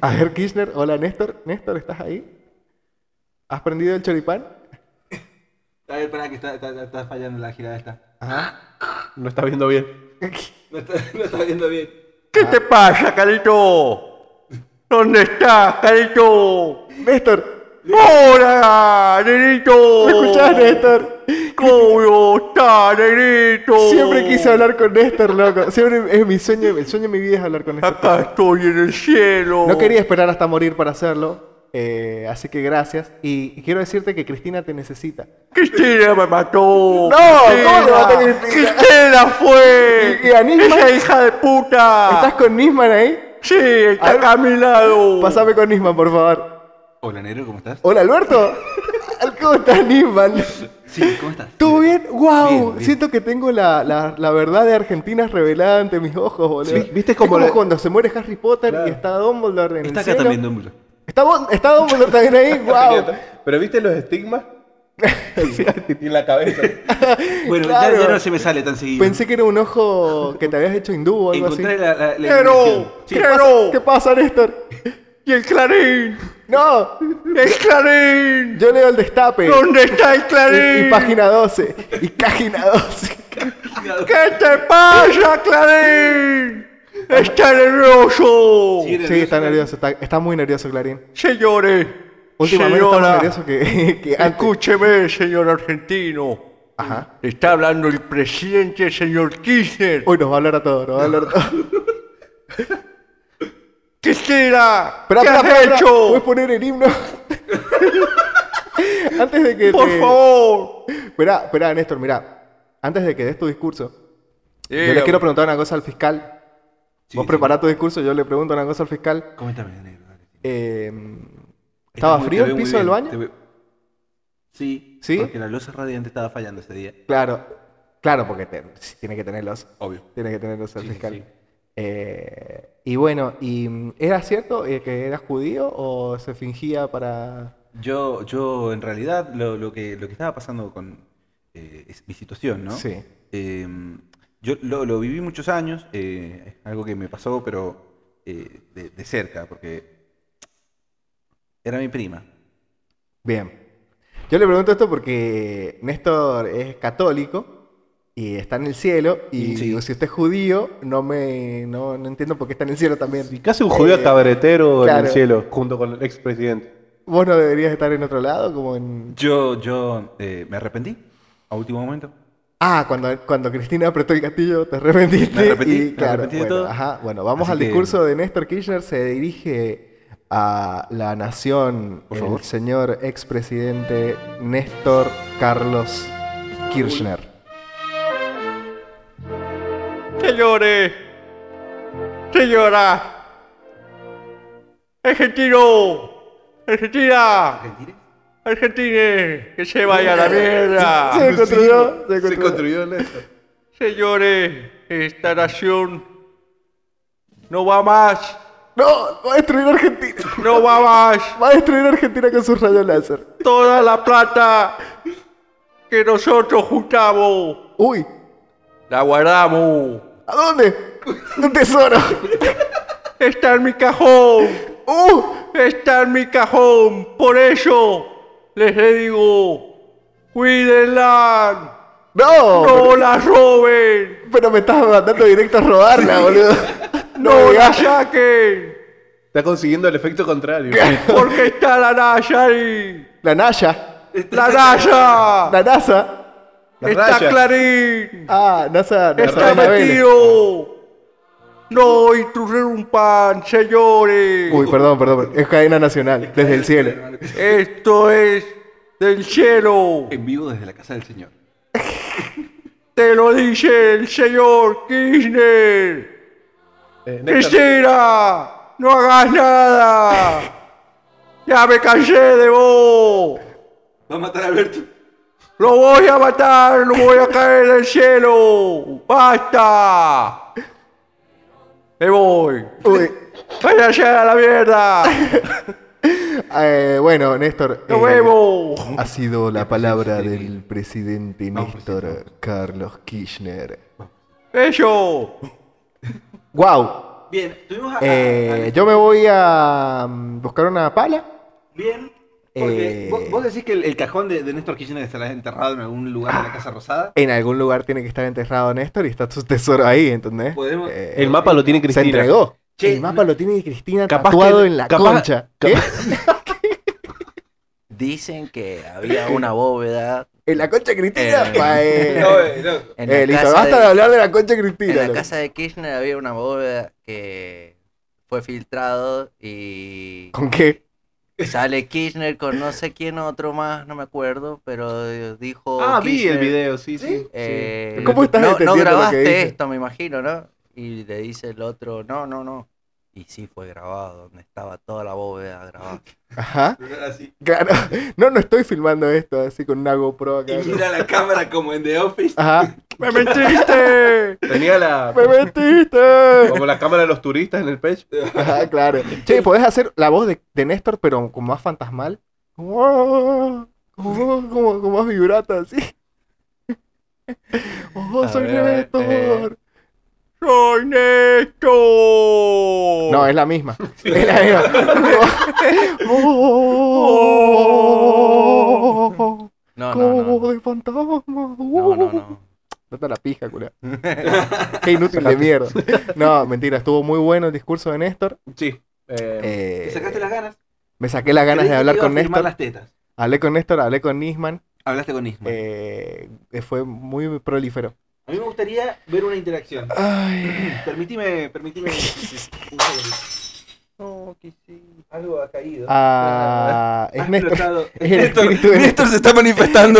A ver, Kirchner, hola Néstor. Néstor, ¿estás ahí? ¿Has prendido el choripán? A ver, espera, que está, está- está fallando la girada esta. No está viendo bien. No está, no está viendo bien. ¿Qué te pasa, Carito? ¿Dónde estás, Carito? Néstor, ¡Hola, Negrito! ¿me Oh. escuchás, Néstor? ¿Cómo estás, Negrito? Siempre Oh. quise hablar con Néstor, loco. Siempre es mi sueño, el sueño de mi vida es hablar con Néstor. Acá estoy en el cielo. No quería esperar hasta morir para hacerlo, eh, así que gracias. Y, y quiero decirte que Cristina te necesita. Cristina me mató. ¿cómo le mató a Cristina? Cristina fue. ¿Y- y a Nisman? Esa hija de puta. ¿Estás con Nisman ahí? Sí, está A ver, acá a mi lado. Pásame con Nisman, por favor. Hola, negro, ¿cómo estás? Hola, Alberto. ¿Cómo estás, Nisman? Sí, ¿cómo estás? ¿Todo bien? ¡Wow! Bien, bien. Siento que tengo la, la- la verdad de Argentina revelada ante mis ojos, boludo. Sí, ¿viste Es como como le- cuando se muere Harry Potter Claro. y está Dumbledore en Está el acá cielo? también, Dumbledore. ¿Está, Bon- está Dumbledore también ahí? ¡Wow! Pero viste los estigmas que tiene la cabeza. Bueno, ya- Claro. ya, no se me sale tan seguido. Pensé que era un ojo que te habías hecho hindú o algo así. Encontré la, la, la Negro, iluminación. Sí, ¿Qué, Claro. pasa, ¿Qué pasa, Néstor? Y el clarín. ¡No! El clarín. Yo leo el destape. ¿Dónde está el Y, clarín? y página 12. Y página 12. ¿Qué te pasa, Clarín? Está nervioso. Sí, Sí, está nervioso. Está, está muy nervioso, Clarín. Señores. Últimamente está más señora, nervioso que, que antes. escúcheme, señor argentino. Ajá. Le Está hablando el presidente, señor Kirchner. Uy, nos va a hablar a todos, nos va a hablar a todos. Cristina, Espera, ¿qué espera, has espera, espera. hecho? ¿Puedes poner el himno? Antes de que Por te- favor. Esperá, esperá, Néstor, mirá. Antes de que des tu discurso, yo le Dígame. quiero preguntar una cosa al fiscal. Sí, Vos sí. prepará tu discurso, yo le pregunto una cosa al fiscal. Coméntame, negro. dale. Eh, ¿Estaba Está Este muy- frío te el veo muy piso del bien, baño? te veo- Sí, ¿Sí? porque la losa radiante estaba fallando ese día. Claro, claro, porque te- tiene que tenerlos. Obvio. Tiene que tenerlos el Sí, sí, fiscal. sí. Eh, y bueno, y mm, ¿era cierto eh, que eras judío o se fingía para...? Yo, yo en realidad, lo, lo que, lo que estaba pasando con eh, es mi situación, ¿no? Sí. Eh, yo lo, lo viví muchos años, eh, es algo que me pasó, pero eh, de, de cerca, porque era mi prima. Bien. Yo le pregunto esto porque Néstor es católico y está en el cielo. Y Sí. si usted es judío, no me no, no entiendo por qué está en el cielo también. Y casi un judío Eh, cabaretero en claro. el cielo, junto con el expresidente. Vos no deberías estar en otro lado, como en... Yo, yo eh, me arrepentí a último momento. Ah, cuando, cuando Cristina apretó el gatillo, te arrepentiste. Me arrepentí, y, me claro, arrepentí de bueno, todo. ajá, bueno, vamos Así al que- discurso de Néstor Kirchner. Se dirige a la nación Por el favor. señor expresidente Néstor Carlos Kirchner. Señores, señora, argentino, argentina, ¿Argentina? argentines, que se vaya a la mierda. Ah, Se construyó, se Se construyó. construyó en eso. Señores, esta nación no va más, No, va a destruir Argentina. no va más. Va a destruir Argentina con sus rayos láser. Toda la plata que nosotros juntamos, Uy, la guardamos. ¿a dónde? Un tesoro. Está en mi cajón. ¡Uh! está en mi cajón. Por eso les digo, cuídenla, ¡No! no la roben, Pero, pero me estás mandando directo a robarla, boludo. no la digas. saquen, Está consiguiendo el efecto contrario. porque está la Naya ahí. La Naya. La Naya, La NASA. La está raya. Clarín, Ah, NASA. NASA está de la Vélez. metido. No interrumpan, señores. Uy, perdón, perdón. Es cadena nacional, desde el cielo. Esto es del cielo. En vivo desde la casa del señor. Te lo dice el señor Kirchner. Eh, Néstor, Cristina, no hagas nada. Ya me cansé de vos. Va a matar a Alberto. Lo voy a matar, lo voy a caer del cielo. Basta. Me voy. Uy. Váyase a la mierda. Eh, bueno, Néstor. Nos eh, vemos. ha sido la palabra del presidente Néstor Carlos Kirchner. Eso. ¡Wow! Bien, tuvimos a. Eh, a- yo me voy a mm, buscar una pala. Bien. Porque Eh, vos, vos decís que el, el cajón de, de Néstor Kirchner estará enterrado en algún lugar de la Casa Rosada. En algún lugar tiene que estar enterrado Néstor y está su tesoro ahí, ¿entendés? Podemos- Eh, El mapa lo tiene se Cristina. entregó. Che, el mapa lo tiene Cristina capaz tatuado que- en la capaz- concha. ¿Qué? Dicen que había una bóveda En la concha de Cristina. Eh. pa, eh. en la, Eh, listo, casa, basta de de, hablar de la concha de Cristina. en la loco. casa de Kirchner había una bóveda que fue filtrado y ¿Con qué? sale Kirchner con no sé quién otro más, no me acuerdo, pero dijo Ah, vi el Kirchner, video, sí, sí. sí. eh, ¿Cómo estás no, no entendiendo lo que grabaste dice? esto, me imagino, ¿no? Y le dice el otro, no, no, no. Y sí fue grabado, donde estaba toda la bóveda grabada. Ajá. así. Claro. No, no estoy filmando esto así con una GoPro acá. Y mira la cámara como en The Office. Ajá. ¡Me mentiste! Tenía la... ¡Me mentiste! Como la cámara de los turistas en el pecho. Ajá, claro. Che, podés hacer la voz de, de Néstor, pero con más fantasmal. Como, "Ah, como, como, como más vibrata, así. ¡Oh, A soy ver, a ver, Néstor! eh. ¡Soy Néstor! No, eh. es la misma. Es la misma. oh, No, no, no, como no. de fantasma. No, no, no. Trata la pija, cura. Qué inútil de mierda. No, mentira, estuvo muy bueno el discurso de Néstor. Sí. eh, Eh, Te sacaste las ganas. me saqué las ganas Creí de que hablar te iba a con firmar Néstor. las tetas. Hablé con Néstor, hablé con Nisman. Hablaste con Isma. eh, eh, fue muy prolífero. A mí me gustaría ver una interacción. Ay, Permitime, permitime. un segundo. No, que sí. Algo ha caído. ah, es Has Ah, Néstor. Ah, explotado. Es el espíritu de Néstor. se está manifestando.